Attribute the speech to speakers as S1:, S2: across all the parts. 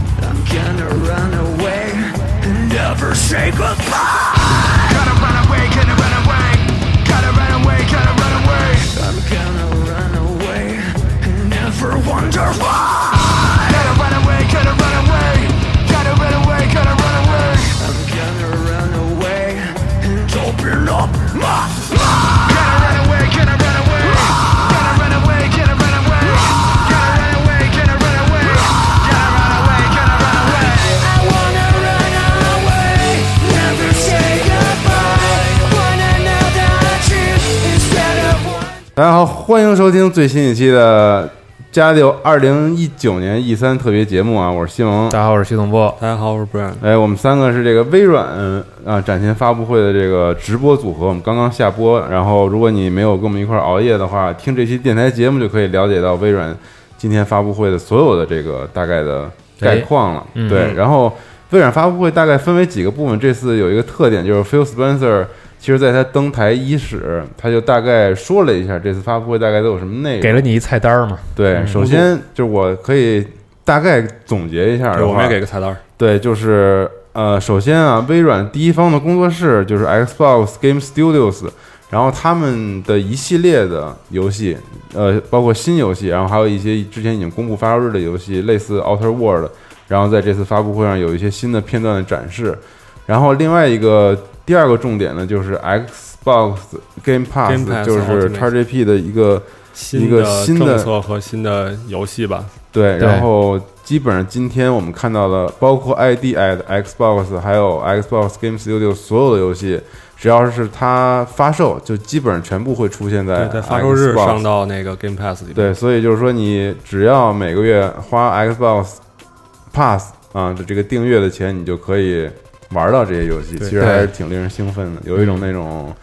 S1: gonna run away and never say goodbye.
S2: Gotta run away, gotta run away. Gotta run away, gotta run away.
S1: I'm gonna run away and never wonder why.
S2: Gotta run away, gotta run away. Gotta run away, gotta run away.
S1: I'm gonna run away and open up my
S2: Gotta run away, gotta run away. Gotta run away, gotta run away. Gotta run away, gotta run away. Gotta run away, gotta run away.
S1: I wanna run away, never say goodbye. Want another trip instead of one.
S3: 大家好，欢迎收听最新一期的《加六二零一九年 E 三特别节目》啊，我是西蒙。
S4: 大家好，我是徐总波。
S5: 大家好，我是 Brian。
S3: 哎，我们三个是这个微软嗯啊展前发布会的这个直播组合，我们刚刚下播。然后，如果你没有跟我们一块儿熬夜的话，听这期电台节目就可以了解到微软今天发布会的所有的这个大概的概况了。
S4: 嗯
S3: 对，然后微软发布会大概分为几个部分，这次有一个特点就是 Phil Spencer。其实，在他登台伊始，他就大概说了一下这次发布会大概都有什么内容，
S4: 给了你一菜单儿嘛？
S3: 对，
S5: 嗯
S3: 首先就是我可以大概总结一下的
S5: 我
S3: 话，
S5: 们也给个菜单儿，
S3: 对，就是呃，首先啊，微软第一方的工作室就是 Xbox Game Studios，然后他们的一系列的游戏，呃，包括新游戏，然后还有一些之前已经公布发售日的游戏，类似 Outer World，然后在这次发布会上有一些新的片段的展示。然后另外一个第二个重点呢，就是 Xbox Game Pass，,
S5: Game Pass
S3: 就是
S5: Ultimate
S3: XGP 的一个一
S5: 新
S3: 个
S5: 的
S3: 新的
S5: 政策和新的游戏吧。
S3: 对，
S4: 对
S3: 然后基本上今天我们看到了，包括 ID at Xbox，还有 Xbox Game Studio 所有的游戏，只要是它发售，就基本上全部会出现在
S5: 对，在发售日
S3: 哎 Xbox
S5: 上到那个 Game Pass 里边。
S3: 对，所以就是说，你只要每个月花 Xbox Pass 啊的这个订阅的钱，你就可以玩到这些游戏，其实还是挺令人兴奋的，有一种那种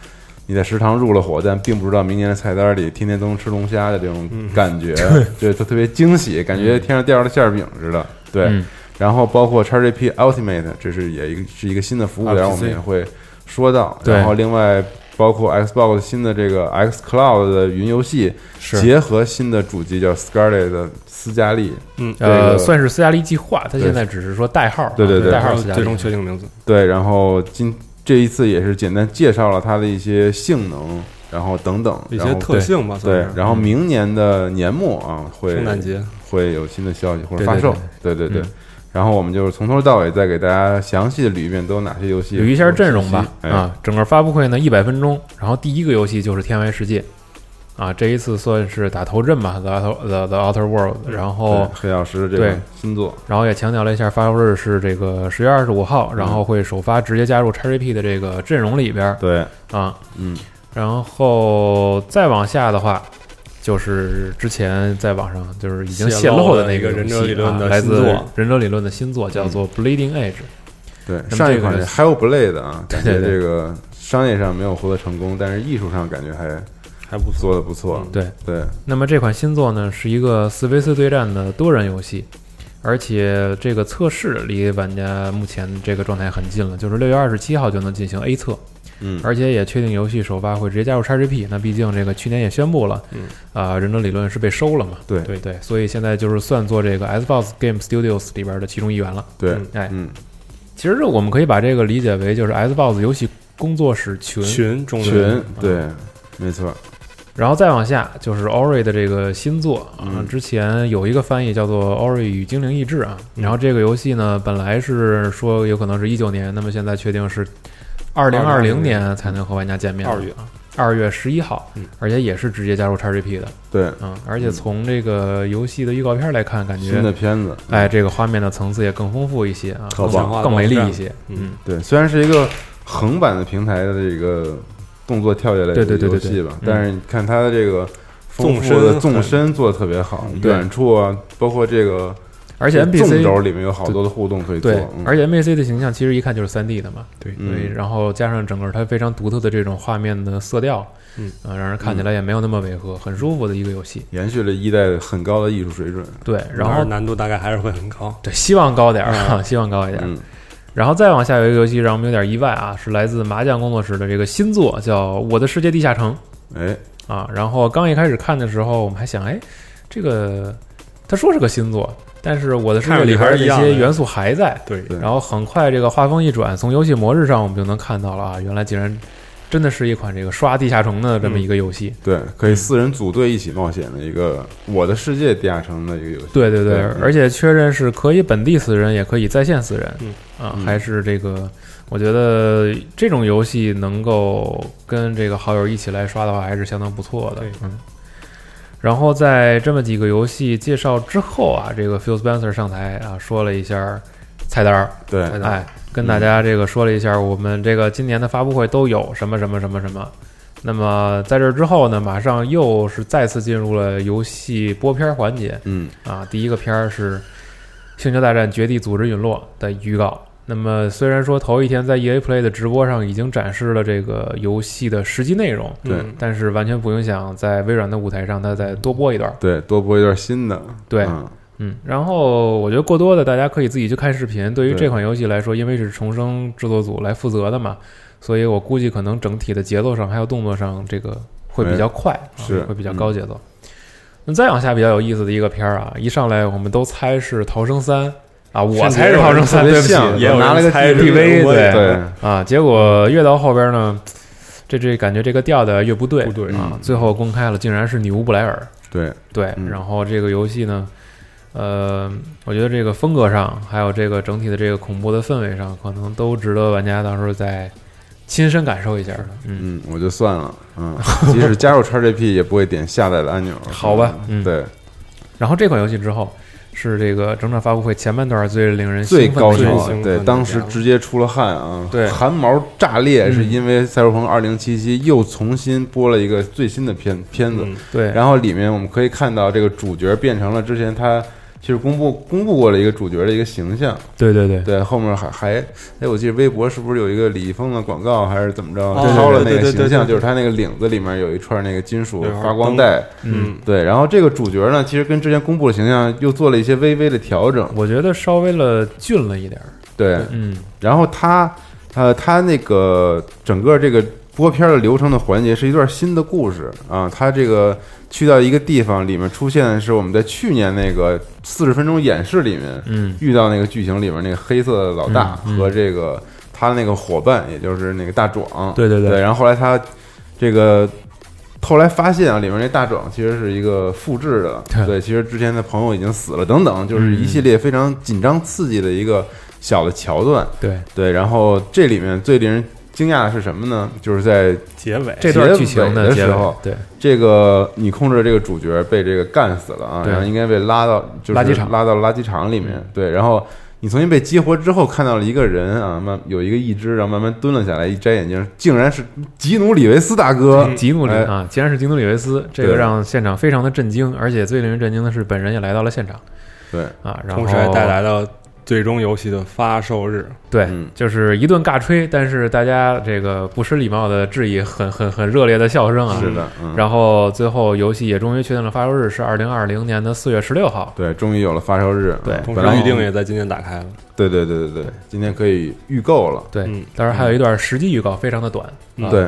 S3: 你在食堂入了伙，但并不知道明年的菜单里天天都能吃龙虾的这种感觉，对，它特别惊喜，感觉天上掉下来馅儿饼似的，对。
S4: 嗯
S3: 然后包括 XGP Ultimate，这是也一个是一个新的服务，然后我们
S5: RPC
S3: 也会说到。
S4: 对
S3: 然后另外包括 Xbox 新的这个 X Cloud 的云游戏，
S4: 是
S3: 结合新的主机叫 Scarlet 的斯嘉丽，这
S4: 呃，
S3: 个
S4: 算是斯嘉丽计划，它
S3: 对
S4: 现在只是说代号啊，
S3: 对对对
S4: 代
S5: 还
S4: 号
S5: 有
S4: 斯嘉
S5: 最终
S4: 丽。
S5: 确定名字，
S3: 对，然后今这一次也是简单介绍了它的一些性能，然后等等
S5: 一
S3: 然
S5: 些
S3: 后
S5: 特性吧，算
S3: 对
S5: 是，。
S4: 嗯
S3: 然后明年的年末啊，会
S5: 圣诞节
S3: 会有新的消息或者
S4: 对
S3: 发
S4: 对嗯
S3: 售，对对对。然后我们就是从头到尾再给大家详细的捋一遍都有哪些游戏，
S4: 捋一下阵容吧，
S3: 哎
S4: 啊，整个发布会呢一百分钟，然后第一个游戏就是《天外世界》，啊，这一次算是打头阵吧，《The Outer The The Outer World》，然后
S3: 对黑曜石的这
S4: 哦对
S3: 个新作，
S4: 然后也强调了一下发售日是这个十月二十五号，然后会首发直接加入 XGP 的这个阵容里边儿
S3: 对，
S4: 啊，
S3: 嗯，
S4: 然后再往下的话，就是之前在网上就是已经泄
S5: 泄露
S4: 的
S5: 的
S4: 那个
S5: 一个
S4: 游
S5: 忍者
S4: 戏
S5: 理论的
S4: 啊来自
S5: 新作
S4: 忍者理论的新作叫做《Bleeding Edge》，
S3: 对，
S4: 么
S3: 上一
S4: 这个
S3: 款是
S4: 是
S3: Hellblade 啊，感觉
S4: 对对
S3: 这个商业上没有获得成功，但是艺术上感觉还
S5: 还不错。
S3: 做的不错。
S4: 对。
S3: 对，
S4: 那么这款新作呢，是一个四 v 四对战的多人游戏，而且这个测试离玩家目前这个状态很近了，就是六月二十七号就能进行 A 测，
S3: 嗯，
S4: 而且也确定游戏首发会直接加入 XGP。那毕竟这个去年也宣布了，
S5: 嗯
S4: 啊、忍者理论是被收了嘛，
S3: 对
S4: 对对，所以现在就是算作这个 Xbox Game Studios 里边的其中一员了。
S3: 对，
S4: 哎，
S3: 嗯，
S4: 其实我们可以把这个理解为就是 Xbox 游戏工作室群，
S5: 群
S4: 哎
S5: 中
S3: 群，
S4: 嗯
S3: 对，没错，
S4: 然后再往下就是 Ori 的这个新作啊、
S3: 嗯
S4: 之前有一个翻译叫做《Ori 与精灵意志》啊，然后这个游戏呢本来是说有可能是一九年，那么现在确定是二零二零年才能和玩家见面，
S5: 二月
S4: 二月十一号
S5: 嗯，
S4: 而且也是直接加入 XGP 的，
S3: 对，
S4: 嗯，而且从这个游戏的预告片来看，感
S3: 新的
S4: 觉
S3: 片子，
S4: 哎这个画面的层次也更丰富一些啊，
S3: 特
S4: 更
S3: 棒
S4: 更美丽一些，
S5: 嗯
S4: 嗯，
S3: 对，虽然是一个横版的平台的这个动作跳下来
S4: 对
S3: 的
S4: 对对
S3: 游
S4: 对对
S3: 戏吧
S4: 嗯，
S3: 但是你看它的这个丰
S5: 纵
S3: 富的
S5: 深
S3: 纵
S5: 很
S3: 深做的特别好，
S4: 嗯对
S3: 远处啊，包括这个，
S4: 而且
S3: 纵
S4: NPC
S3: 轴里面有好多的互动可以做
S4: 对，，
S3: 嗯
S4: 而且 NPC 的形象其实一看就是三 D 的嘛，对，
S3: 嗯
S4: 对，然后加上整个它非常独特的这种画面的色调，
S5: 嗯
S4: 呃，让人看起来也没有那么违和，很舒服的一个游戏。
S3: 延续了一代很高的艺术水准，
S4: 对，然
S5: 然后
S4: 后
S5: 难度大概还是会很高。
S4: 对，希望高点儿啊， 希望高一点儿。
S3: 嗯，
S4: 然后再往下有一个游戏让我们有点意外啊，是来自麻将工作室的这个新作，叫《我的世界地下城
S3: 哎，》
S4: 啊。然后刚一开始看的时候，我们还想，哎，这个他说是个新作，但是我的世
S5: 看
S4: 界
S5: 着
S4: 里
S5: 里
S4: 边
S5: 边儿
S4: 的这
S5: 一样的
S4: 些元素还在。
S5: 对，
S3: 对
S4: 然后很快这个画风一转，从游戏模式上我们就能看到了啊，原来竟然真的是一款这个刷地下城的这么一个游戏。
S3: 对，可以四人组队一起冒险的一个《我的世界》地下城的一个游戏。
S4: 对对对，
S3: 对嗯
S4: 而且确认是可以本地死人，也可以在线死人，
S5: 嗯
S4: 啊，
S3: 嗯
S4: 还是这个，我觉得这种游戏能够跟这个好友一起来刷的话，还是相当不错的
S5: 对，
S4: 嗯。然后在这么几个游戏介绍之后啊，这个 Phil Spencer 上台啊，说了一下菜单儿，
S3: 对
S5: 菜单
S4: 哎，跟大家这个说了一下，我们这个今年的发布会都有什么什么什么什么。那么在这之后呢，马上又是再次进入了游戏播片儿环节，
S3: 嗯，
S4: 啊，第一个片儿是《星球大战：绝地组织陨落》的预告。那么虽然说头一天在 EA Play 的直播上已经展示了这个游戏的实际内容，
S3: 对
S5: 嗯
S4: 但是完全不影响在微软的舞台上它再多播一段儿。
S3: 对，多播一段新的。
S4: 对，
S3: 嗯
S4: 嗯，然后我觉得过多的大家可以自己去看视频。对于
S3: 对
S4: 这款游戏来说，因为是重生制作组来负责的嘛，所以我估计可能整体的节奏上还有动作上，这个会比较快，啊
S3: 是
S4: 会比较高节奏。那再往下比较有意思的一个片儿啊，一上来我们都猜是《逃生三》啊，我猜是《逃生三》，
S3: 特
S4: 对
S3: 别
S4: 不起，
S3: 像，
S5: 也有
S3: 我拿了
S5: 人
S3: 个
S5: 猜是
S3: DV
S5: 我
S4: 也
S3: 对
S4: 啊，结果越到后边呢，这这感觉这个调调越不对
S5: 不对
S4: 啊，最后公开了，竟然是女巫布莱尔。
S3: 对
S4: 对，
S3: 嗯
S4: 然后这个游戏呢，呃，我觉得这个风格上，还有这个整体的这个恐怖的氛围上，可能都值得玩家到时候再亲身感受一下的。嗯，
S3: 嗯，我就算了，嗯，即使加入 XGP 也不会点下载的按钮。
S4: 好吧嗯
S3: 对，
S4: 然后这款游戏之后是这个整场发布会前半段最令人
S3: 最
S4: 兴奋
S3: 高
S4: 的
S3: 潮
S4: 部分
S5: 兴奋
S3: 对
S5: 的，
S3: 当
S5: 地
S3: 时
S5: 方
S3: 直接出了汗啊，
S4: 对
S3: 汗毛炸裂，是
S4: 嗯
S3: 因为《赛博朋克2077》又重新播了一个最新的片片子，
S5: 嗯
S4: 对，
S3: 然后里面我们可以看到这个主角变成了之前他其实公布公布过了一个主角的一个形象，
S4: 对对对
S3: 对，后面还还哎，我记得微博是不是有一个李易峰的广告还是怎么着
S5: 哦
S3: 抄了那
S5: 对对
S3: 个
S5: 对
S3: 形
S5: 对
S3: 象，
S5: 对
S3: 就是他那个领子里面有一串那个金属
S5: 有一块
S3: 发光带，
S5: 嗯，
S3: 对，然后这个主角呢，其实跟之前公布的形象又做了一些微微的调整，
S4: 我觉得稍微了俊了一点儿。
S3: 对，
S4: 嗯，
S3: 然后他，呃，他那个整个这个播片的流程的环节是一段新的故事啊。他这个去到一个地方，里面出现的是我们在去年那个四十分钟演示里面，
S4: 嗯，
S3: 遇到那个剧情里面那个黑色的老大
S4: 嗯嗯
S3: 和这个他那个伙伴，也就是那个大壮，
S4: 对对
S3: 对
S4: 对
S3: 然后后来他这个。后来发现啊，里面那大壮其实是一个复制的，
S4: 对嗯
S3: 对，其实之前的朋友已经死了，等等，就是一系列非常紧张刺激的一个小的桥段。
S4: 对，
S3: 对，然后这里面最令人惊讶的是什么呢？就是在
S5: 结尾
S4: 这段剧情
S3: 结尾的
S4: 结
S3: 时
S4: 尾
S3: 候，
S4: 对
S3: 这个你控制的这个主角被这个干死了啊，
S4: 对
S3: 然后应该被拉到就是
S4: 垃圾场
S3: 拉到垃圾场里面
S4: 嗯。
S3: 对，然后你重新被激活之后，看到了一个人啊，慢有一个义肢，然后慢慢蹲了下来，一摘眼镜，竟然是吉努里维斯大哥。
S4: 吉努里
S3: 哎
S4: 啊，既然是吉努里维斯，这个
S3: 对
S4: 让现场非常的震惊，而且最令人震惊的是，本人也来到了现场
S3: 对，
S4: 啊，然后
S5: 同时还带来了最终游戏的发售日，
S4: 对，
S3: 嗯
S4: 就是一顿尬吹，但是大家这个不失礼貌的质疑，很很很热烈的笑声啊。
S3: 是的，嗯，
S4: 然后最后游戏也终于确定了发售日是二零二零年的四月十六号。
S3: 对，终于有了发售日。
S4: 对
S3: 嗯
S5: 同
S3: 本来
S5: 时预定也在今天打开了。
S3: 对对对对对，今天可以预购了。
S4: 对
S5: 嗯，
S4: 当然还有一段实际预告，非常的短。
S5: 嗯
S3: 对，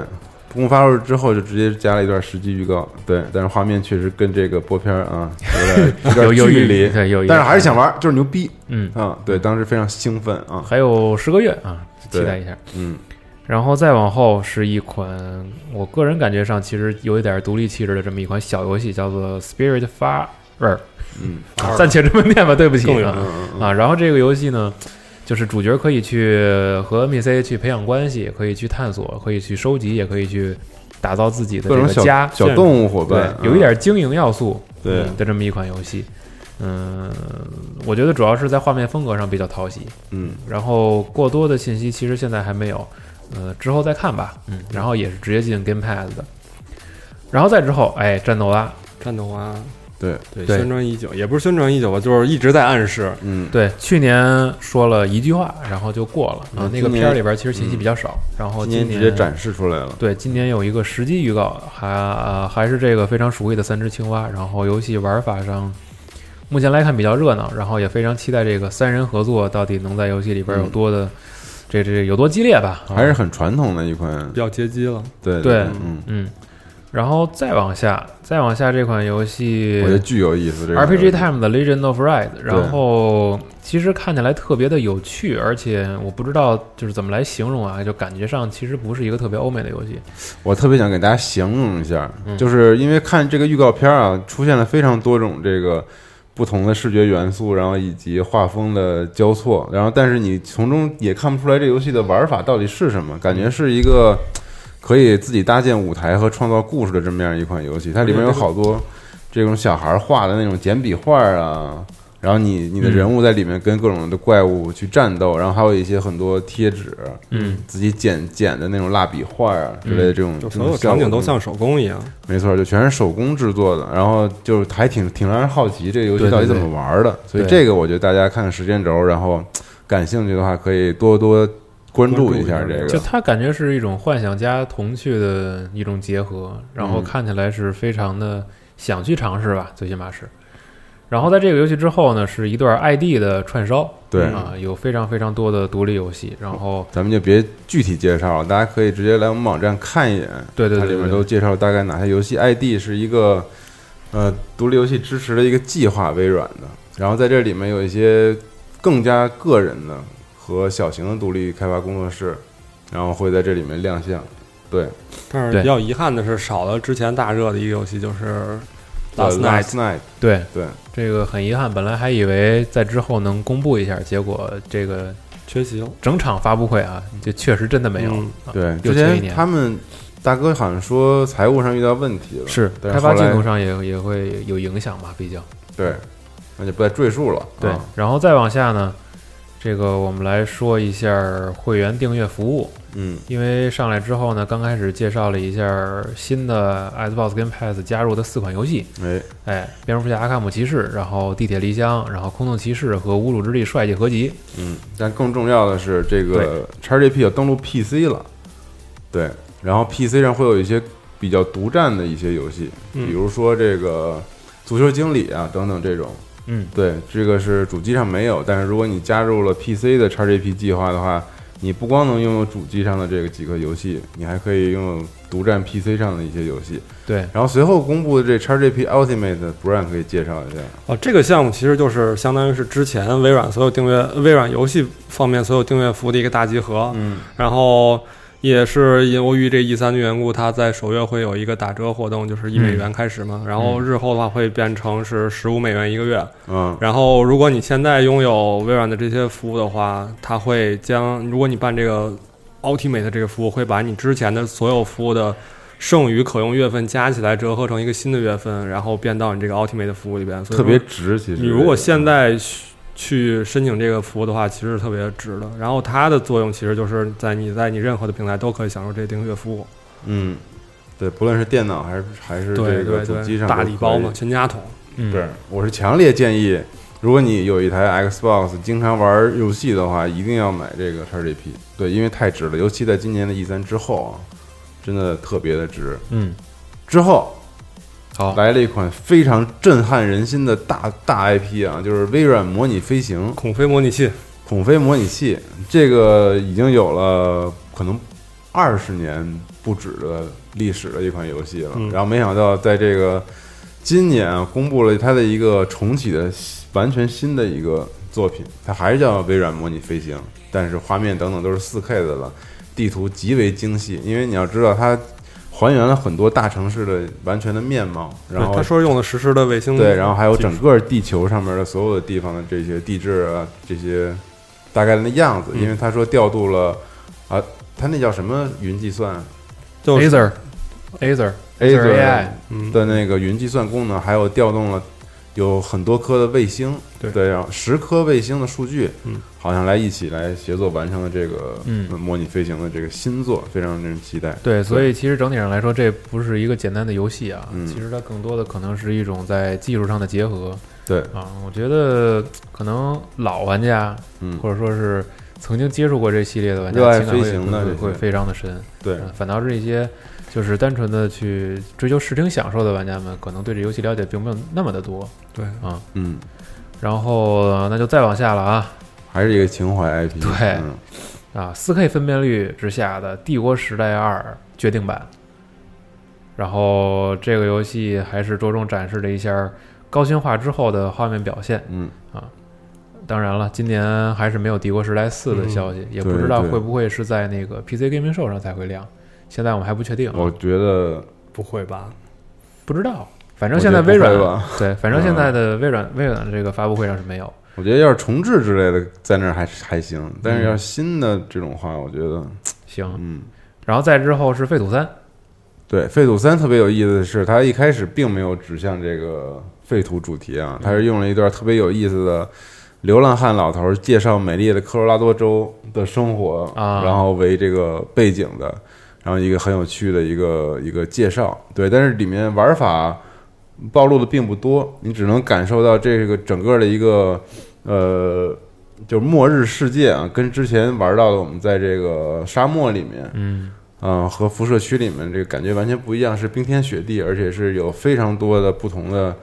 S3: 公发售之后就直接加了一段实际预告，对，但是画面确实跟这个播片儿啊 有点有
S4: 有
S3: 点
S4: 有
S3: 距
S4: 一
S3: 离，
S4: 对有一，
S3: 但是还是想玩儿，就是牛逼
S4: 嗯，
S3: 啊！对，当时非常兴奋啊，
S4: 还有十个月啊，期
S3: 对
S4: 待一下。
S3: 嗯，
S4: 然后再往后是一款我个人感觉上其实有一点独立气质的这么一款小游戏，叫做《Spirit Fire》，啊
S3: 嗯
S4: 暂且这么念吧，对不起
S5: 更有
S4: 啊。
S3: 嗯嗯嗯，
S4: 啊，然后这个游戏呢，就是主角可以去和 NPC 去培养关系，可以去探索，可以去收集，也可以去打造自己的
S3: 各
S4: 这
S3: 种
S4: 个
S3: 小
S4: 家，
S3: 小动物伙伴，啊
S4: 对，有一点经营要素
S3: 嗯对
S4: 的这么一款游戏。嗯，我觉得主要是在画面风格上比较讨喜，
S3: 嗯，
S4: 然后过多的信息其实现在还没有，呃，之后再看吧。嗯，然后也是直接进 Game Pass 的，然后再之后，哎，战斗啦，
S5: 战斗啊，
S3: 对，
S5: 对，
S4: 对
S5: 宣传已久，也不是宣传已久吧，就是一直在暗示。
S3: 嗯，
S4: 对，去年说了一句话，然后就过了啊
S3: 嗯。
S4: 那个
S3: 今年
S4: 片儿里边其实信息比较少，然后
S3: 今
S4: 今
S3: 天直接展示出来了，
S4: 对，今年有一个实际预告，还、呃、还是这个非常熟悉的三只青蛙。然后游戏玩法上，目前来看比较热闹，然后也非常期待这个三人合作到底能在游戏里
S3: 嗯
S4: 边有多的、这这有多激烈吧？啊
S3: 还是很传统的一款
S5: 比，较接机了，
S3: 对
S4: 对
S3: 嗯，
S4: 嗯。然后再往下，再往下这款游戏
S3: 我觉得巨有意思。这个
S4: RPG Time 的 Legend of Ride，然后其实看起来特别的有趣，而且我不知道就是怎么来形容啊，就感觉上其实不是一个特别欧美的游戏。嗯
S3: 我特别想给大家形容一下，就是因为看这个预告片啊，出现了非常多种这个不同的视觉元素，然后以及画风的交错，然后但是你从中也看不出来这游戏的玩法到底是什么，感觉是一个可以自己搭建舞台和创造故事的这么样一款游戏。它里面有好多这种小孩画的那种简笔画啊。然后你你的人物在里面跟各种的怪物去战斗，然后还有一些很多贴纸，
S4: 嗯，
S3: 自己剪剪的那种蜡笔画啊之类的这种，
S5: 就
S3: 这
S5: 所
S3: 种
S5: 有
S3: 嗯效
S5: 场景
S3: 果
S5: 都像手工一样。
S3: 没错，就全是手工制作的，然后就还挺挺让人好奇这个游戏
S4: 对对
S3: 到底怎么玩儿的，所以
S4: 对
S3: 这个我觉得大家看看时间轴，然后感兴趣的话可以多多关注一下这
S4: 就
S3: 个。
S4: 它感觉是一种幻想加童趣的一种结合，然
S3: 嗯
S4: 后看起来是非常的想去尝试吧，最起码是。然后在这个游戏之后呢，是一段 ID 的串烧，
S3: 对
S4: 啊、有非常非常多的独立游戏，然后
S3: 咱们就别具体介绍了，大家可以直接来我们网站看一眼，
S4: 对
S3: 嗯
S4: 对
S3: 它里
S4: 对对
S3: 面
S4: 对
S3: 都介绍大概哪些游戏 ID 是一个呃独立游戏支持的一个计划，微软的。然后在这里面有一些更加个人的和小型的独立开发工作室，然后会在这里面亮相。对
S5: 但是
S4: 对
S5: 比较遗憾的是，少了之前大热的一个游戏，就是《
S3: The
S5: Last Night》。
S3: 呃 Last Night，
S4: 对
S3: 对。
S4: 这个很遗憾，本来还以为在之后能公布一下，结果这个
S5: 缺席了。
S4: 整场发布会啊，就确实真的没有。
S5: 嗯
S4: 啊
S3: 对，
S4: 又
S3: 之
S4: 缺一
S3: 前
S4: 年
S3: 他们大哥好像说财务上遇到问题了，
S4: 是
S3: 但
S4: 开发
S3: 后来
S4: 进度上也也会有影响嘛，毕竟
S3: 对，那就不再赘述了。
S4: 对
S3: 啊。
S4: 然后再往下呢，这个我们来说一下会员订阅服务，
S3: 嗯，
S4: 因为上来之后呢，刚开始介绍了一下新的 Xbox Game Pass 加入的四款游戏，
S3: 哎，
S4: 哎，蝙蝠侠、阿卡姆骑士，然后地铁离乡，然后空洞骑士和侮辱之地帅气合集，
S3: 嗯，但更重要的是，这个 XGP 要登录 PC 了，对，然后 PC 上会有一些比较独占的一些游戏，
S5: 嗯
S3: 比如说这个足球经理啊等等这种。
S4: 嗯，
S3: 对，这个是主机上没有，但是如果你加入了 PC 的 XGP 计划的话，你不光能拥有主机上的这个几个游戏，你还可以拥有独占 PC 上的一些游戏。
S4: 对，
S3: 然后随后公布的这 XGP Ultimate，不然可以介绍一下。
S5: 哦，这个项目其实就是相当于是之前微软所有订阅、微软游戏方面所有订阅服务的一个大集合。
S3: 嗯，
S5: 然后也是由于这 E 三的缘故，它在首月会有一个打折活动，就是一美
S3: 嗯
S5: 元开始嘛。然后日后的话会变成是十五美元一个月。
S3: 嗯，
S5: 然后如果你现在拥有微软的这些服务的话，它会将如果你办这个 Ultimate 这个服务，会把你之前的所有服务的剩余可用月份加起来折合成一个新的月份，然后变到你这个 Ultimate 服务里边。所以
S3: 特
S5: 说
S3: 别值，其实
S5: 你如果现在去去申请这个服务的话，其实是特别值的。然后它的作用其实就是在你在你任何的平台都可以享受这订阅服务，
S3: 嗯，对，不论是电脑还是还是
S5: 对
S3: 这个
S5: 对
S3: 主机
S5: 对，
S3: 上
S5: 大
S3: 都
S5: 礼包
S3: 可以
S5: 嘛，。全家桶。
S4: 嗯，
S3: 对，我是强烈建议，如果你有一台 Xbox，经常玩游戏的话，一定要买这个 XGP。对，因为太值了，尤其在今年的 E 三之后啊，真的特别的值。
S4: 嗯，
S3: 之后
S4: 好，
S3: 来了一款非常震撼人心的大大 IP 啊，就是微软模拟飞行。
S5: 孔飞模拟器，
S3: 孔飞模拟器，这个已经有了可能二十年不止的历史的一款游戏了。
S5: 嗯
S3: 然后没想到在这个今年啊，公布了它的一个重启的完全新的一个作品，它还是叫微软模拟飞行，但是画面等等都是4 K 的了，地图极为精细，因为你要知道它还原了很多大城市的完全的面貌，然后
S5: 他说用的实时的卫
S4: 嗯
S5: 星，
S3: 对，然后还有整个地球上面的所有的地方的这些地质啊，这些大概的样
S4: 嗯
S3: 子，因为他说调度了啊，他那叫什么云计算
S5: 就是
S4: Acer。Acer Acer AI
S3: 哎
S5: 嗯，
S3: 的那个云计算功能，还有调动了有很多颗的卫星，
S5: 对
S3: 然后十颗卫星的数据，
S5: 嗯，
S3: 好像来一起来协作完成了这个
S4: 嗯
S3: 呃模拟飞行的这个新作，非常令人期待。
S4: 对，所以其实整体上来说，这不是一个简单的游戏啊，
S3: 嗯
S4: 其实它更多的可能是一种在技术上的结合
S3: 对，
S4: 啊。我觉得可能老玩家
S3: 嗯，
S4: 或者说是曾经接触过这系列的玩
S3: 热
S4: 家，
S3: 爱
S4: 情感
S3: 飞
S4: 会
S3: 行的
S4: 会
S3: 这些
S4: 会非常的深，
S3: 对，
S4: 嗯反倒是一些就是单纯的去追求视听享受的玩家们，可能对这游戏了解并没有那么的多。
S5: 对，
S3: 嗯，
S4: 然后呃那就再往下了啊，
S3: 还是一个情怀 IP，
S4: 对
S3: 嗯
S4: 啊，4K 分辨率之下的《帝国时代二》决定版，然后这个游戏还是着重展示了一下高清化之后的画面表现。啊
S3: 嗯，
S4: 当然了，今年还是没有《帝国时代四》的消息，也不
S3: 对
S4: 知道
S3: 嗯对
S4: 会不会是在那个 PC Gaming Show 上才会亮。现在我们还不确定，
S3: 我觉得
S5: 不会吧？
S4: 不知道。反正
S3: 我
S4: 现
S3: 觉
S4: 在
S3: 得
S4: 微
S3: 不
S4: 软
S3: 会吧嗯
S4: 对，反正现在的微软微软的这个发布会上是没有。
S3: 我觉得要是重置之类的，在那儿还还行，但是要是新的这种话，我觉得，
S4: 行，
S3: 嗯，
S4: 然后再之后是《废土三》，
S3: 对，废土三特别有意思的是，它一开始并没有指向这个废土主题啊，它是用了一段特别有意思的流浪汉老头介绍美丽的科罗拉多州的生活
S4: 啊
S3: 然后为这个背景的，然后一个很有趣的一个一个介绍。对，但是里面玩法暴露的并不多，你只能感受到这个整个的一个呃。就是末日世界啊，跟之前玩到的我们在这个沙漠里面，
S4: 嗯，
S3: 嗯，和辐射区里面这个感觉完全不一样，是冰天雪地，而且是有非常多的不同的，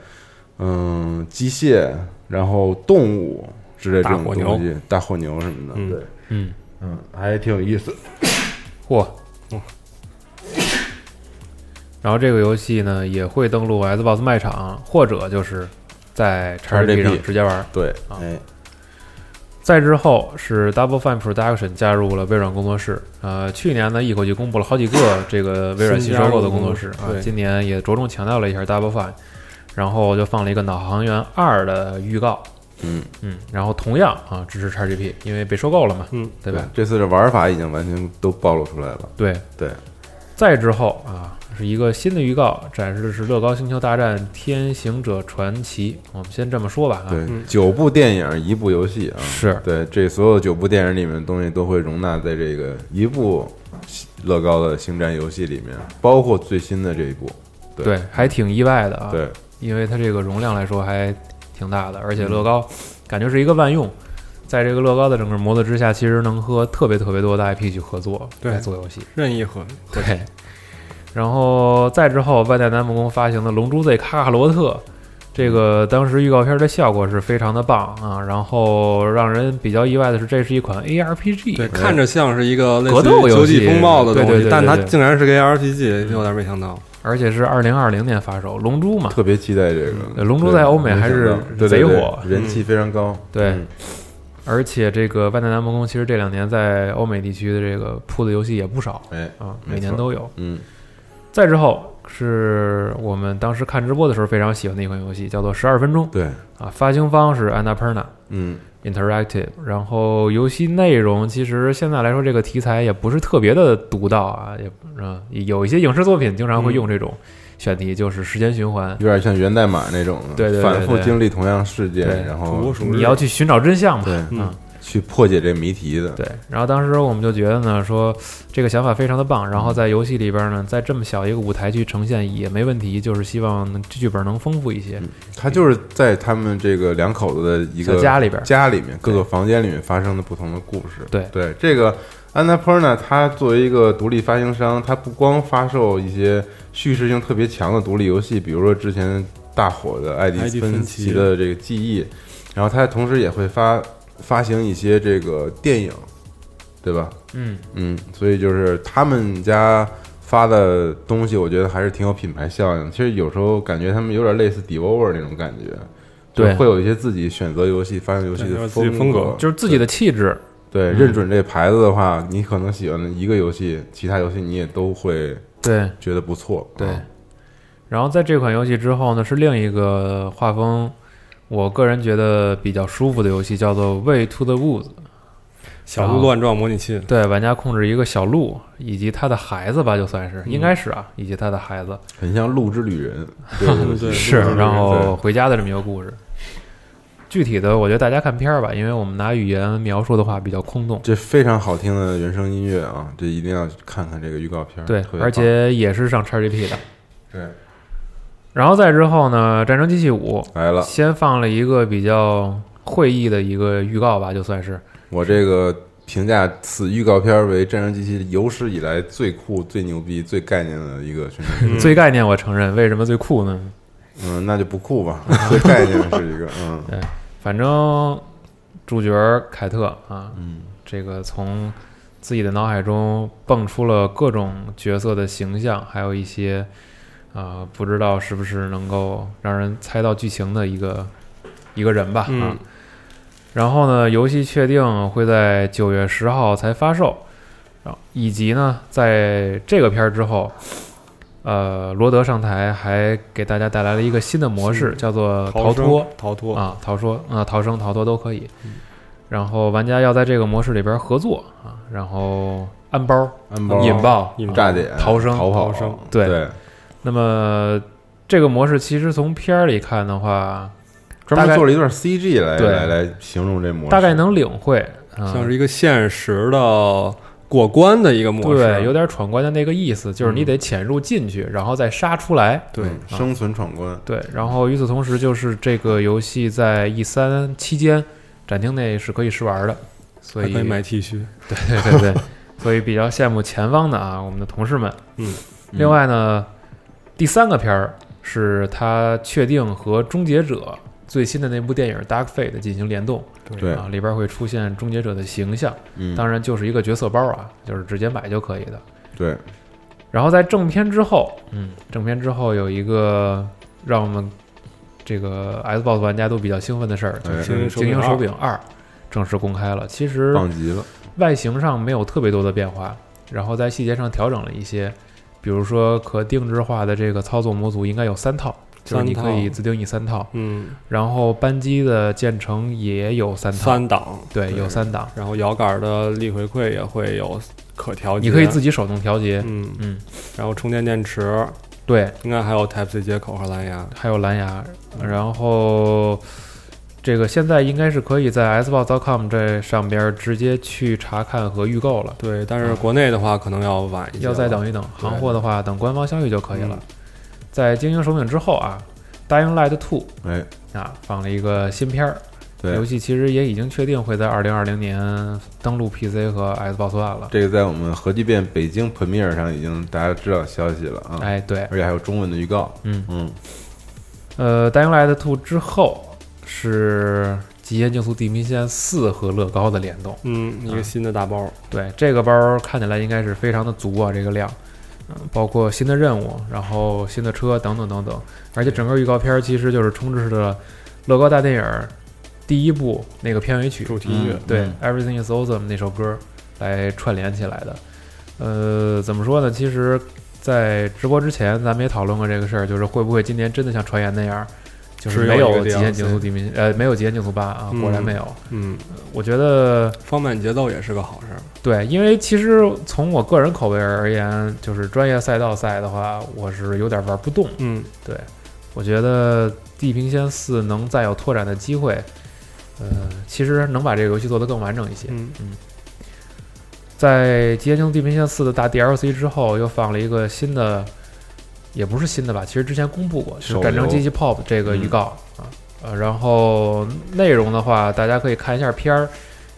S3: 嗯，机械，然后动物之类这种
S5: 大火
S3: 东西，大火牛什么的，
S5: 嗯
S3: 对，
S4: 嗯
S3: 嗯，还挺有意思。
S4: 嚯！嗯然后这个游戏呢也会登录 Xbox 卖场，或者就是在 XGP 上直接玩。
S3: 对，
S4: 啊
S3: 哎，
S4: 再之后是 Double Fine Production 加入了微软工作室。呃，去年呢，一口气公布了好几个这个微软新收购的工作室
S5: 新加入的工作
S4: 啊
S5: 室，对
S4: 今年也着重强调了一下 Double Fine，然后就放了一个《导航员二》的预告。
S3: 嗯
S4: 嗯，然后同样啊支持 XGP，因为被收购了嘛，
S5: 嗯，
S4: 对吧？？
S3: 这次的玩法已经完全都暴露出来了。
S4: 对，
S3: 对，
S4: 再之后啊，是一个新的预告，展示的是《乐高星球大战：天行者传奇》。我们先这么说吧啊，
S3: 对，九部电影，一部游戏啊，
S4: 是
S3: 对，这所有九部电影里面的东西都会容纳在这个一部乐高的星战游戏里面，包括最新的这一部。对
S4: 对，还挺意外的啊，
S3: 对，
S4: 因为它这个容量来说还挺大的，而且乐高
S3: 嗯
S4: 感觉是一个万用，在这个乐高的整个模子之下，其实能和特别特别多的 IP 去合作，
S5: 对
S4: 来做游戏。
S5: 任意和
S4: 对，然后再之后，万代南梦宫发行的《龙珠 Z 卡卡罗特》，这个当时预告片的效果是非常的棒啊。然后让人比较意外的是，这是一款 ARPG，
S5: 对，看着像是一个类似
S4: 格斗
S5: 于
S4: 游
S5: 九
S4: 戏
S5: 级风暴的
S4: 对
S5: 东
S4: 对对
S5: 西
S4: 对，
S5: 但它
S4: 对
S5: 竟然是个 RPG，有点没想到。
S4: 而且是二零二零年发售，《龙珠》嘛。
S3: 特别期待这个。
S4: 嗯龙珠在欧美还是
S3: 对
S4: 贼
S3: 对对
S4: 火嗯
S3: 人气非常高。
S4: 对
S3: 嗯
S4: 而且这个万代南梦宫其实这两年在欧美地区的这个铺的游戏也不少
S3: 哎，
S4: 啊，
S3: 没
S4: 每年
S3: 错
S4: 都有。
S3: 嗯，
S4: 再之后是我们当时看直播的时候非常喜欢的一款游戏，叫做《十二分钟》
S3: 对，
S4: 啊，发行方是 Annapurna。
S3: 嗯，
S4: Interactive，然后游戏内容其实现在来说，这个题材也不是特别的独到啊，也嗯，有一些影视作品经常会用这种选题，就是时间循环，
S3: 有点像源代码那种的，
S4: 对对对
S3: 反复
S4: 对
S3: 经历同样事件，
S4: 对
S3: 然
S5: 土
S3: 后
S5: 拨鼠
S4: 你要去寻找真相嘛，
S3: 对
S4: 嗯，
S3: 去破解这谜题的。
S4: 对。然后当时我们就觉得呢，说这个想法非常的棒，然后在游戏里边呢，在这么小一个舞台去呈现也没问题，就是希望能剧本能丰富一些，
S3: 他就是在他们这个两口子的一个
S4: 在家里边
S3: 家里面各个房间里面发生的不同的故事。
S4: 对
S3: 对，这个 Annapurna 它作为一个独立发行商，它不光发售一些叙事性特别强的独立游戏，比如说之前大火的艾
S5: 艾
S3: 迪
S5: 迪
S3: 芬
S5: 芬
S3: 奇
S5: 奇
S3: 的这个记忆，然后它同时也会发发行一些这个电影，对吧？
S4: 嗯，
S3: 嗯，所以就是他们家发的东西，我觉得还是挺有品牌效应的。其实有时候感觉他们有点类似 Devolver 那种感觉，就
S4: 对
S3: 会有一些自己选择游戏、发行游戏
S5: 对
S3: 的
S5: 有自己风
S3: 格
S5: 格。
S4: 就是自己的气质，
S3: 对，
S4: 嗯
S3: 认准这牌子的话，你可能喜欢的一个游戏，其他游戏你也都会
S4: 对。
S3: 觉得不错。
S4: 对
S3: 嗯，
S4: 然后在这款游戏之后呢，是另一个画风，我个人觉得比较舒服的游戏，叫做《Way to the Woods》。
S5: 小鹿乱撞模拟器，
S4: 对，玩家控制一个小鹿以及他的孩子吧，就算是应该是啊，以及他的孩子
S3: 很像《路之旅人》 这个游戏。
S5: 对
S4: 是，
S5: 对
S4: 然后回家的这么一个故事。具体的，我觉得大家看片儿吧，因为我们拿语言描述的话比较空洞。
S3: 这非常好听的原声音乐啊，这一定要去看看这个预告片儿。
S4: 对
S3: 特，别
S4: 而且也是上 XGP 的。
S3: 棒对
S4: 然后再之后呢，《战争机器五》
S3: 来了，
S4: 先放了一个比较会意的一个预告吧，就算是。
S3: 我这个评价此预告片为《战争机器》有史以来最酷、最牛逼、最概念的一个宣传片。
S5: 嗯
S4: 最概念我承认，为什么最酷呢？
S3: 嗯，那就不酷吧， 最概念是一个，嗯
S4: 反正主角凯特啊，
S3: 嗯，
S4: 这个从自己的脑海中蹦出了各种角色的形象，还有一些啊，不知道是不是能够让人猜到剧情的一个一个人吧。啊
S5: 嗯，
S4: 然后呢，游戏确定会在九月十号才发售，然后以及呢，在这个片儿之后，呃，罗德上台还给大家带来了一个新的模式，叫做逃
S5: 生
S4: 脱
S5: 逃脱，
S4: 啊，逃脱啊，逃生、逃脱都可以。然后玩家要在这个模式里边合作啊，然后按包、
S3: 安包、
S4: 引爆、
S5: 引爆
S3: 炸点、
S4: 逃生
S3: 逃跑
S5: 逃生，
S4: 对
S3: 对，
S4: 那么这个模式其实从片儿里看的话，
S3: 专
S4: 大概
S3: 门做了一段 CG 来
S4: 对
S3: 来来形容这模式，
S4: 大概能领会，啊
S5: 像是一个现实的过关的一个模式，啊
S4: 对，有点闯关的那个意思，就是你得潜入进去，然后再杀出来。
S5: 对
S3: 嗯生存闯关，
S4: 对，然后与此同时，就是这个游戏在 E 三期间展厅内是可以试玩的，所
S5: 还
S4: 以
S5: 可以买 T 恤，
S4: 对对对， 所以比较羡慕前方的啊，我们的同事们。
S5: 嗯，
S4: 另外呢，第三个片儿是他确定和《终结者》最新的那部电影《Dark Fate》进行联动，
S3: 对，
S4: 啊，里边会出现终结者的形象，
S3: 嗯，
S4: 当然就是一个角色包啊，就是直接买就可以的。
S3: 对，
S4: 然后在正片之后，嗯，正片之后有一个让我们这个 Xbox 玩家都比较兴奋的事儿，就
S3: 哎
S4: 是
S5: 精
S4: 《精
S5: 英
S4: 英
S5: 手
S4: 手
S5: 柄
S4: 柄二》正式公开了。其实
S3: 棒极了，
S4: 外形上没有特别多的变化，然后在细节上调整了一些，比如说可定制化的这个操作模组应该有三套，就是你
S5: 三
S4: 可以
S5: 套
S4: 自定义三套，
S5: 嗯，
S4: 然后扳机的建成也有三套，
S5: 三档，
S4: 对，有三档，
S5: 然后摇杆的力回馈也会有可调节，
S4: 你可以自己手动调节，
S5: 嗯，
S4: 嗯，
S5: 然后充电电池
S4: 对，
S5: 应该还有 Type C 接口和蓝牙，
S4: 还有蓝牙，然后这个现在应该是可以在 xbox.com 这上边直接去查看和预购了，
S5: 对，但是国内的话可能要晚一些，
S4: 要再等一等，
S5: 对
S4: 行货的话等官方消息就可以了
S5: 嗯。
S4: 在精英手柄之后啊，《Dying Light 2》
S3: 哎，
S4: 啊放了一个新片儿，
S3: 对
S4: 游，戏其实也已经确定会在二零二零年登陆 PC 和 Xbox One 了。
S3: 这个在我们核聚变北京 Premiere 上已经大家知道消息了啊，
S4: 哎，对，
S3: 而且还有中文的预告，
S4: 嗯，
S3: 嗯，
S4: 呃，《Dying Light 2》之后是《极限竞速：地平线四》和乐高的联动。
S5: 嗯，一个新的大包，
S4: 对，这个包看起来应该是非常的足啊，这个量，嗯，包括新的任务，然后新的车等等等等，而且整个预告片儿其实就是充斥着乐高大电影儿第一部那个片尾曲，
S5: 主题乐
S3: 嗯
S4: 对、e v e r y t h i n g is Awesome》那首歌来串联起来的。呃，怎么说呢？其实，在直播之前，咱们也讨论过这个事儿，就是会不会今年真的像传言那样，就是
S5: 只
S4: 没
S5: 有一
S4: 有
S5: 个
S4: 极限
S5: DLC
S4: 竞速地平呃没有极限竞速八啊，果然
S5: 嗯
S4: 没有。
S5: 嗯，
S4: 我觉得
S5: 放慢节奏也是个好事儿，
S4: 对，因为其实从我个人口味而言，就是专业赛道赛的话，我是有点玩不动。
S5: 嗯，
S4: 对，我觉得《地平线四》能再有拓展的机会，呃，其实能把这个游戏做得更完整一些。
S5: 嗯
S4: 在《极限竞速：地平线四》的大 DLC 之后，又放了一个新的，也不是新的吧，其实之前公布过，就是
S3: 手游
S4: 《
S3: 嗯
S4: 战争机器 POP》这个预告、啊。呃，然后内容的话，大家可以看一下片儿，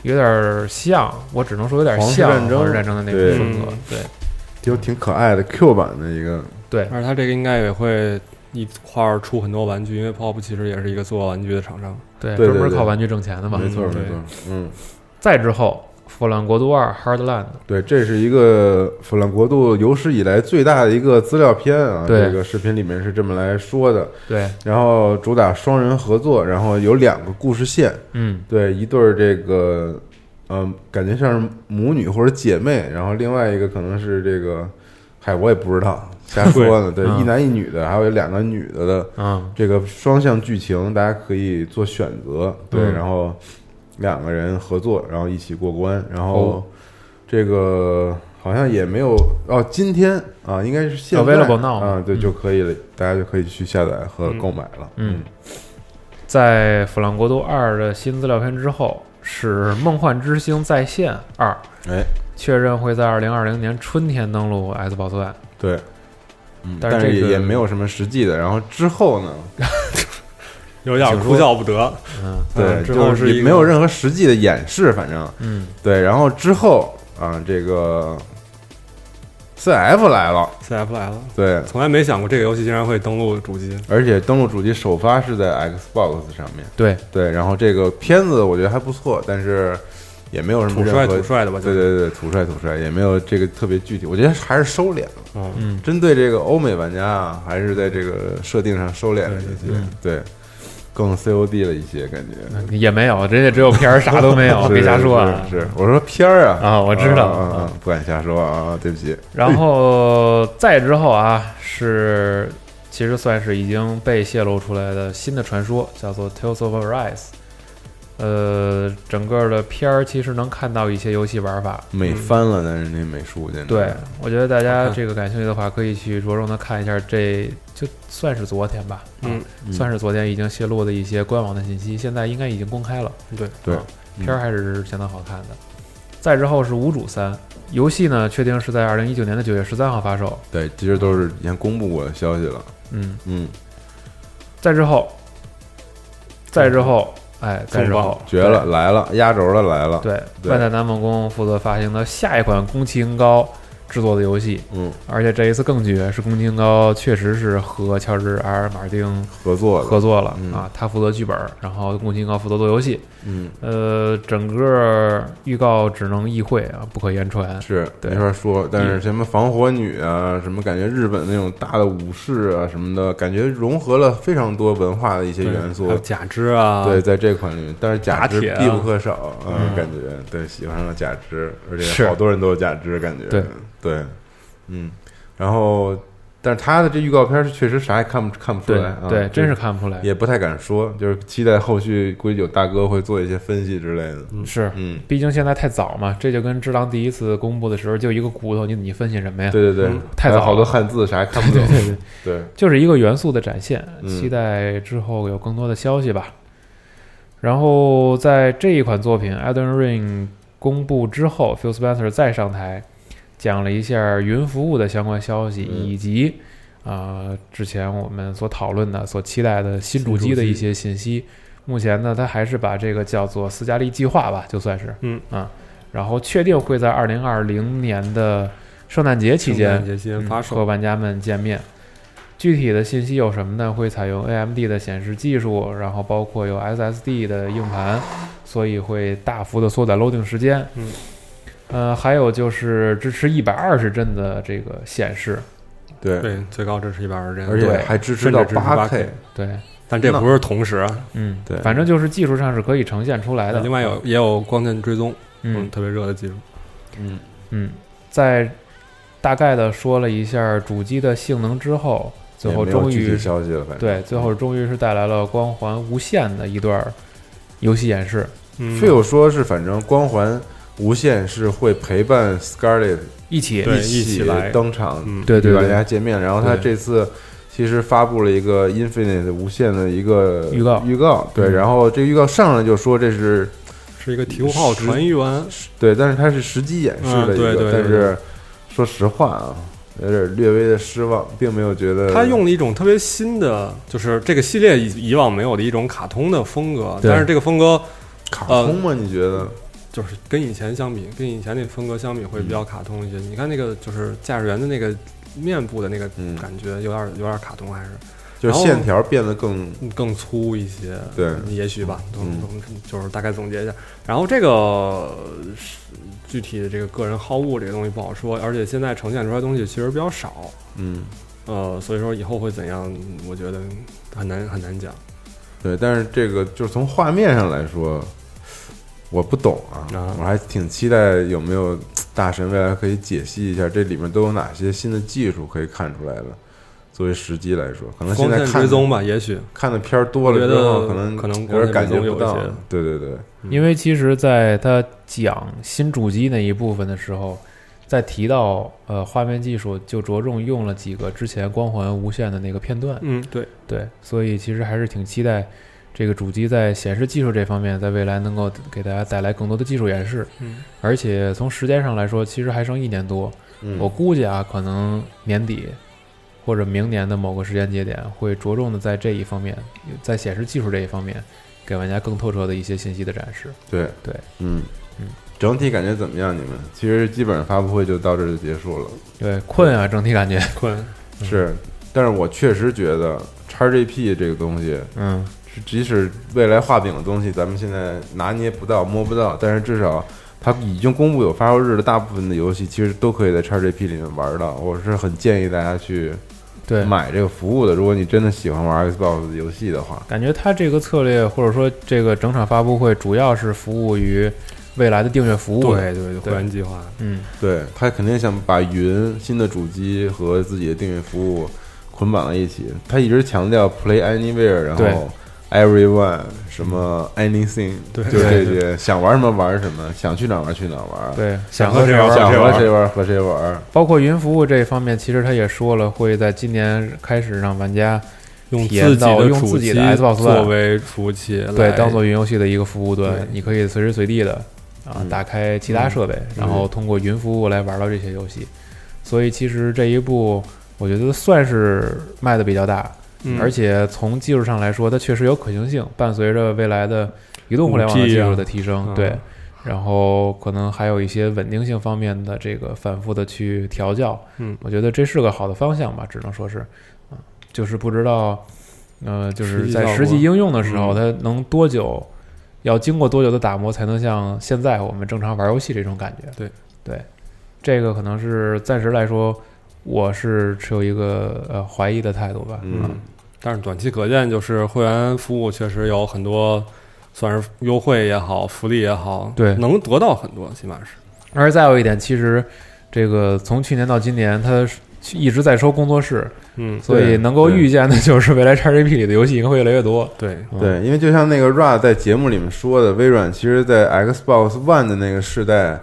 S4: 有点儿像，我只能说有点
S3: 皇室
S4: 像
S3: 战争
S4: 皇室战争的那个
S3: 对
S4: 风格
S5: 嗯。
S4: 对
S3: 就挺可爱的 Q 版的一个，
S4: 对
S5: 而它这个应该也会一块儿出很多玩具，因为 POP 其实也是一个做玩具的厂商，
S4: 对，
S3: 对
S4: 专门
S3: 对
S4: 靠玩具挣钱的嘛。
S3: 没错
S5: 嗯
S3: 没
S5: 对
S3: 错，嗯，
S4: 再之后，《腐烂国度二》Hardland，
S3: 对，这是一个《腐烂国度》有史以来最大的一个资料片啊，
S4: 对
S3: 这个视频里面是这么来说的，
S4: 对，
S3: 然后主打双人合作，然后有两个故事线，
S4: 嗯，
S3: 对，一对儿这个，嗯，感觉像是母女或者姐妹，然后另外一个可能是这个，嗨，我也不知道，瞎说呢。对，
S4: 嗯
S3: 一男一女的，还有两个女的的
S4: 嗯，
S3: 这个双向剧情，大家可以做选择，对，
S4: 嗯
S3: 然后两个人合作，然后一起过关，然
S4: 哦
S3: 后这个。好像也没有哦，今天啊，应该是现在
S4: Available now
S3: 啊，对，
S4: 嗯
S3: 就可以了，大家就可以去下载和
S5: 嗯
S3: 购买了。
S4: 嗯在《腐烂国度二》的新资料片之后，是《梦幻之星再现二》。
S3: 嗯，哎，
S4: 确认会在二零二零年春天登陆 Xbox One。
S3: 对，嗯
S4: 但
S3: 但
S4: 是这
S3: 也
S4: 个
S3: 也没有什么实际的。然后之后呢，
S5: 嗯有点哭笑不得，
S4: 嗯
S3: 对，
S5: 之后
S3: 就是是
S5: 一
S3: 也
S5: 个
S3: 没有任何实际的演示，反正
S4: 嗯，
S3: 对。然后之后啊，这个 CF 来了，
S5: CF 来了。
S3: 对，
S5: 从来没想过这个游戏竟然会登陆主机，
S3: 而且登陆主机首发是在 Xbox 上面，
S4: 对，
S3: 对。然后这个片子我觉得还不错，但是也没有什么
S5: 土
S3: 任
S5: 帅
S3: 何
S5: 土帅的吧，就
S3: 对
S5: 是，
S3: 对对，土帅土帅，也没有这个特别具体。我觉得还是收敛了，
S5: 嗯，
S4: 嗯，
S3: 针对这个欧美玩家啊，还是在这个设定上收敛了一些，对，更 COD 了一些感觉。
S4: 也没有，人家只有片儿，啥都没有，
S3: 是
S4: 别瞎说啊。
S3: 是是，我说片儿啊
S4: 啊我知道
S3: 啊啊
S4: 啊
S3: 啊不敢瞎说啊，对不起。
S4: 然后再之后啊，是其实算是已经被泄露出来的新的传说，叫做 Tales of Arise。呃，整个的片儿其实能看到一些游戏玩法。
S3: 美翻了，但是那美术简直
S4: 对，我觉得大
S5: 好
S4: 家
S5: 看
S4: 这个感兴趣的话，可以去着重的看一下这，就算是昨天吧，啊
S5: 嗯
S3: 嗯
S4: 算是昨天已经泄露的一些官网的信息，现在应该已经公开了。
S5: 对，
S3: 对
S4: 啊片儿还是相当好看的。再之后是《无主三》，游戏呢确定是在二零一九年的九月十三号发售。
S3: 对，其实都是已经公布过的消息了。
S4: 嗯，
S3: 嗯，
S4: 再之后，再之后，哎，再之后
S3: 绝了，。来了，压轴的来了。，
S4: 对，
S3: 对
S4: 万代南梦宫负责发行的下一款宫崎英高制作的游戏，
S3: 嗯，
S4: 而且这一次更绝，是宫崎英高确实是和乔治 R 马丁
S3: 合作的
S4: 合，作了
S3: 嗯
S4: 啊，他负责剧本，然后宫崎英高负责做游戏。
S3: 嗯，
S4: 呃，整个预告只能意会啊，不可言传。
S3: 是
S4: 对
S3: 没法说，但是什么防火女啊，什么感觉日本那种大的武士啊什么的，感觉融合了非常多文化的一些
S5: 对
S3: 元素
S5: 还有。假肢啊，
S3: 对，，在这款里面，但是假
S5: 打
S3: 肢
S5: 铁啊
S3: 必不可少，嗯，感觉对，喜欢上了假肢，而且
S4: 是
S3: 好多人都有假肢，感觉
S4: 对
S3: 对，嗯，然后，但是他的这预告片是确实啥也看不看不出
S4: 对
S3: 来啊，
S4: 对，真是
S3: 就
S4: 看不出来。
S3: 也不太敢说，就是期待后续估计有大哥会做一些分析之类的，
S4: 是，
S3: 嗯，
S4: 毕竟现在太早嘛，这就跟《只狼》第一次公布的时候就一个骨头，你你分析什么呀？
S3: 对对对
S5: 嗯，
S4: 太
S3: 还有
S4: 早
S3: 好多
S4: 了
S3: 汉字啥也看不懂，
S4: 对对，
S3: 对，
S4: 就是一个元素的展现，
S3: 嗯
S4: 期待之后有更多的消息吧。然后在这一款作品《Elden Ring》公布之后，Phil Spencer 再上台讲了一下云服务的相关消息，
S3: 嗯
S4: 以及啊、呃之前我们所讨论的、所期待的新主机的一些信息。目前呢，他还是把这个叫做斯嘉丽计划吧，就算是
S5: 嗯
S4: 啊，然后确定会在二零二零年的圣诞节期间
S5: 节期间
S4: 嗯
S5: 发
S4: 和
S5: 售，
S4: 玩家们见面。具体的信息有什么呢？会采用 AMD 的显示技术，然后包括有 SSD 的硬盘，所以会大幅的缩短 loading 时间。
S5: 嗯，
S4: 呃，还有就是支持一百二十帧的这个显示。
S3: 对，
S5: 对，最高支持一百二十帧，
S3: 而且
S4: 对
S3: 还支持
S5: 甚
S3: 到
S5: 至支持
S3: 八
S5: 8K，
S4: 对，
S5: 但这不是同时啊，
S4: 嗯，
S3: 对
S4: 反正就是技术上是可以呈现出来的。
S5: 另外有也有光线追踪，
S4: 嗯，
S5: 特别热的技术，
S3: 嗯
S4: 嗯，在大概的说了一下主机的性能之后，最
S3: 也
S4: 后
S3: 没有
S4: 终
S3: 具体
S4: 于
S3: 消息了，反正
S4: 对，最后终于是带来了《光环无限》的一段游戏演示，
S5: 嗯，
S3: Phil 说是，反正光环无限是会陪伴 Scarlet
S4: 一起
S5: 对
S3: 一
S5: 一起来
S3: 登场，
S5: 嗯，
S4: 对
S3: 与
S4: 对
S3: 玩家
S4: 对，
S3: 见面。然后他
S4: 对
S3: 这次其实发布了一个 Infinite 无限的一个
S4: 预告
S3: 预告对。
S4: 嗯
S3: 然后这个预告上来就说这是
S5: 是一个题库号船员，
S3: 对，但是它是实际演示的一
S5: 嗯
S3: 个，
S5: 对对对
S3: 但是说实话啊，有点略微的失望，并没有觉得
S5: 他用了一种特别新的，就是这个系列以以往没有的一种卡通的风格，
S4: 对
S5: 但是这个风格
S3: 卡
S5: 呃
S3: 通吗？你觉
S5: 嗯
S3: 得？
S5: 就是跟以前相比，跟以前那风格相比会比较卡通一些。你看那个就是驾驶员的那个面部的那个
S3: 嗯
S5: 感觉，有点有点卡通，还是
S3: 就是
S5: 然后
S3: 线条变得更
S5: 更粗一些。
S3: 对
S5: 也许吧，总
S3: 嗯
S5: 总就是大概总结一下。然后这个呃是具体的这个个人好恶这个东西不好说，而且现在呈现出来的东西其实比较少。
S3: 嗯。
S5: 呃，所以说以后会怎样，我觉得很难很难讲。
S3: 对，但是这个就是从画面上来说，我不懂啊，
S5: 啊
S3: 我还挺期待有没有大神未来可以解析一下这里面都有哪些新的技术可以看出来的。作为时机来说，可能现
S5: 光
S3: 在
S5: 线
S3: 看
S5: 追
S3: 的
S5: 踪吧，也许
S3: 看的片儿多了之
S5: 我觉
S3: 后，
S5: 得
S3: 可能
S5: 可能
S3: 有点感觉不
S5: 光
S3: 到
S5: 线追踪有一些。
S3: 对对对，
S5: 嗯
S4: 因为其实在他讲新主机那一部分的时候，在提到呃画面技术，就着重用了几个之前《光环无限》的那个片段，
S5: 嗯，对，
S4: 对，所以其实还是挺期待这个主机在显示技术这方面，在未来能够给大家带来更多的技术演示。
S5: 嗯，
S4: 而且从时间上来说，其实还剩一年多，
S3: 嗯
S4: 我估计啊，可能年底或者明年的某个时间节点，会着重的在这一方面，在显示技术这一方面，给玩家更透彻的一些信息的展示。
S3: 对
S4: 对，
S3: 嗯
S4: 嗯。
S3: 整体感觉怎么样？你们其实基本上发布会就到这儿就结束了，
S4: 对，困啊，整体感 觉，
S5: 困，
S3: 是。但是我确实觉得 XGP 这个东西
S4: 嗯，
S3: 即使未来画饼的东西，咱们现在拿捏不到、摸不到，但是至少它已经公布有发售日的大部分的游戏，其实都可以在 XGP 里面玩到。我是很建议大家去
S4: 对，
S3: 买这个服务的。如果你真的喜欢玩 Xbox 的游戏的话，
S4: 感觉它这个策略或者说这个整场发布会主要是服务于未来的订阅服务。
S5: 对，对对，会员计划，
S4: 嗯，
S3: 对他肯定想把云、新的主机和自己的订阅服务捆绑在一起。他一直强调 Play Anywhere，然
S4: 对嗯
S3: 后 Everyone 什么 Anything，
S5: 对
S3: 就
S4: 对
S3: 这些，想玩什么玩什么，想去哪儿玩去哪儿玩。
S4: 对，
S5: 想
S4: 想
S5: 和
S4: 和
S5: 谁
S4: 谁
S5: 玩
S4: 玩
S5: 儿
S3: 想和
S5: 谁
S3: 谁玩儿和谁玩儿，
S4: 包括云服务这一方面，其实他也说了，会在今年开始让玩家
S5: 用
S4: 体验
S5: 自己
S4: 到
S5: 的
S4: 用
S5: 主
S4: 自己
S5: 机
S4: 的 Xbox
S5: 作
S4: One
S5: 为服务器来，
S4: 对当做云游戏的一个服务端
S5: 对，嗯
S4: 你可以随时随地的啊
S3: 嗯
S4: 打开其他设备，然后通过云服务来玩到这些游戏。所以其实这一步，我觉得算是卖的比较大，
S5: 嗯
S4: 而且从技术上来说，它确实有可行性，伴随着未来的移动互联网的
S5: 5G
S4: 技
S5: 啊
S4: 术的提升，
S5: 嗯
S4: 对，然后可能还有一些稳定性方面的这个反复的去调教，
S5: 嗯，
S4: 我觉得这是个好的方向吧，只能说是，啊、就是不知道，呃，就
S5: 实
S4: 是
S5: 际
S4: 在
S5: 效
S4: 实际
S5: 果
S4: 应用的时候，
S5: 嗯
S4: 它能多久，要经过多久的打磨才能像现在我们正常玩游戏这种感觉？
S5: 对
S4: 对，这个可能是暂时来说，我是持有一个呃怀疑的态度吧，
S3: 嗯
S5: 嗯，但是短期可见，就是会员服务确实有很多，算是优惠也好，福利也好，
S4: 对
S5: 能得到很多，起码是
S4: 而再有一点，其实这个从去年到今年，它一直在收工作室，
S5: 嗯，
S4: 所以能够预见的就是未来 XGP 里的游戏应该会越来越多。
S5: 对，
S4: 嗯
S3: 对，因为就像那个 Ra 在节目里面说的，微软其实在 Xbox One 的那个世代，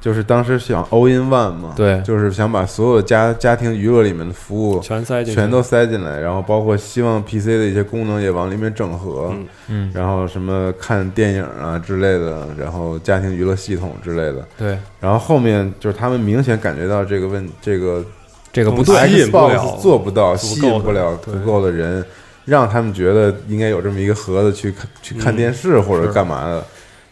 S3: 就是当时想 All in One 嘛，
S4: 对
S3: 就是想把所有家家庭娱乐里面的服务
S5: 全塞进去，
S3: 全都塞进来，然后包括希望 PC 的一些功能也往里面整合，
S5: 嗯
S4: 嗯，
S3: 然后什么看电影啊之类的，然后家庭娱乐系统之类的，
S4: 对，
S3: 然后后面就是他们明显感觉到这个问这个
S4: 这个不
S5: 对吸
S4: 对，
S5: 引不了
S3: Xbox 做不到，
S5: 足
S3: 吸
S5: 够的
S3: 引不了
S5: 对
S3: 足够的人，让他们觉得应该有这么一个盒子去看去看
S5: 嗯
S3: 电视或者
S5: 是
S3: 干嘛的。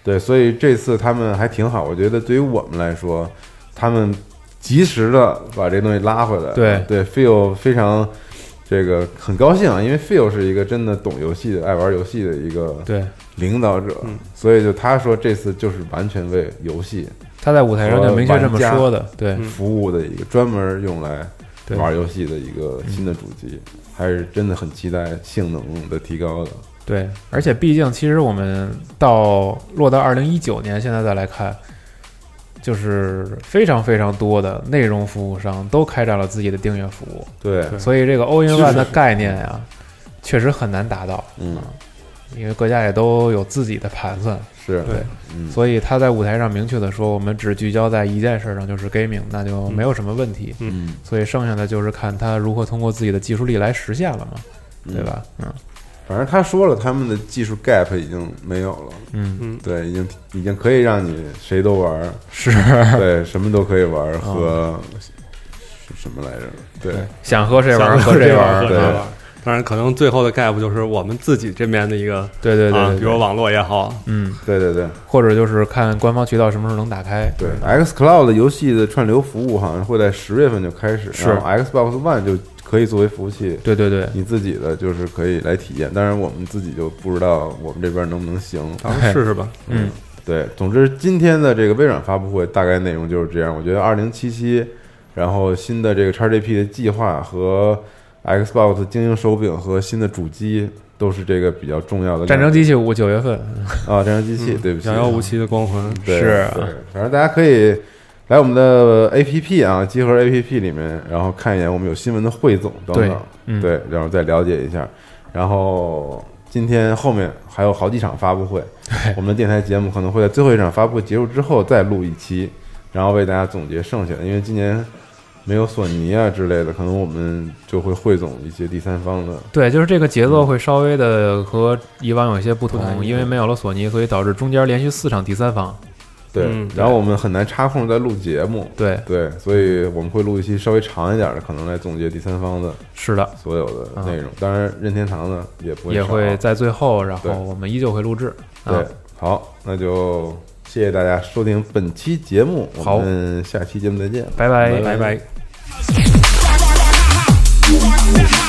S3: 对，所以这次他们还挺好，我觉得对于我们来说，他们及时的把这东西拉回来。
S4: 对
S3: 对，feel 非常这个很高兴啊，因为 feel 是一个真的懂游戏的、爱玩游戏的一个
S4: 对，
S3: 领导者，
S5: 嗯
S3: 所以就他说这次就是完全为游戏
S4: 他在舞台上就明确这么说的，对，
S5: 嗯
S3: 服务的一个专门用来
S4: 对
S3: 玩游戏的一个新的主机，还是真的很期待性能的提高的。
S4: 对，而且毕竟，其实我们到落到二零一九年，现在再来看，就是非常非常多的内容服务商都开展了自己的订阅服务，
S3: 对，
S5: 对
S4: 所以这个 all in
S5: 是
S4: one
S5: 是
S4: 的概念呀、确实很难达到，
S3: 嗯，
S4: 因为各家也都有自己的盘算，
S3: 是，
S5: 对
S3: 嗯，
S4: 所以他在舞台上明确的说，我们只聚焦在一件事上，就是 gaming，那就没有什么问题。
S3: 嗯，
S4: 所以剩下的就是看他如何通过自己的技术力来实现了嘛，对吧？嗯
S3: 反正他说了，他们的技术 gap 已经没有了，
S4: 嗯，
S3: 对，已经已经可以让你谁都玩儿，
S4: 是。
S3: 对，什么都可以玩儿和是什么来着？对，
S4: 想和谁玩儿
S5: 想
S4: 和谁
S5: 玩
S4: 玩
S5: 儿
S4: 儿，
S5: 和
S4: 对
S5: 谁玩儿。当然，可能最后的 gap 就是我们自己这边的一个
S4: 对对
S5: 啊，
S4: 对，
S5: 比如网络也好，
S4: 嗯，
S3: 对对对
S4: 或者就是看官方渠道什么时候能打开。
S3: 对，X Cloud 游戏的串流服务好像会在十月份就开始，
S4: 是
S3: 然后 Xbox One 就可以作为服务器
S4: 对对对，
S3: 你自己的就是可以来体验，当然我们自己就不知道我们这边能不能行。
S5: 咱们试试 吧。
S4: 嗯，
S3: 对，总之今天的这个微软发布会大概内容就是这样。我觉得二零七七，然后新的这个 XGP 的计划和 Xbox 精英手柄和新的主机都是这个比较重要的
S4: 战争
S3: 亮
S4: 机器五九月份，
S3: 啊，战争机器，对不起，
S5: 嗯遥遥无期的光环，
S3: 对
S4: 是
S3: 对反正大家可以来我们的 APP 啊，集合 APP 里面，然后看一眼我们有新闻的汇总等
S4: 对
S3: 等，
S4: 嗯
S3: 对，然后再了解一下。然后今天后面还有好几场发布会，我们的电台节目可能会在最后一场发布会结束之后再录一期，然后为大家总结剩下的，因为今年。没有索尼啊之类的，可能我们就会汇总一些第三方的，
S4: 对，就是这个节奏会稍微的和以往有一些不
S5: 不太一
S4: 同，
S5: 样
S4: 因为没有了索尼，所以导致中间连续四场第三方。
S3: 对，
S5: 嗯
S3: 然后我们很难插空再录节目，
S4: 对，
S3: 对，所以我们会录一期稍微长一点的，可能来总结第三方的
S4: 是的，
S3: 所有的内容。当然，任天堂呢也不会
S4: 啊也啊
S3: 少
S4: 会在最后，然后
S3: 对
S4: 我们依旧会录制。啊
S3: 对。好，那就谢谢大家收听本期节目，
S4: 好
S3: 我们下期节目再见，
S4: 拜拜
S5: 拜拜。
S1: Bye.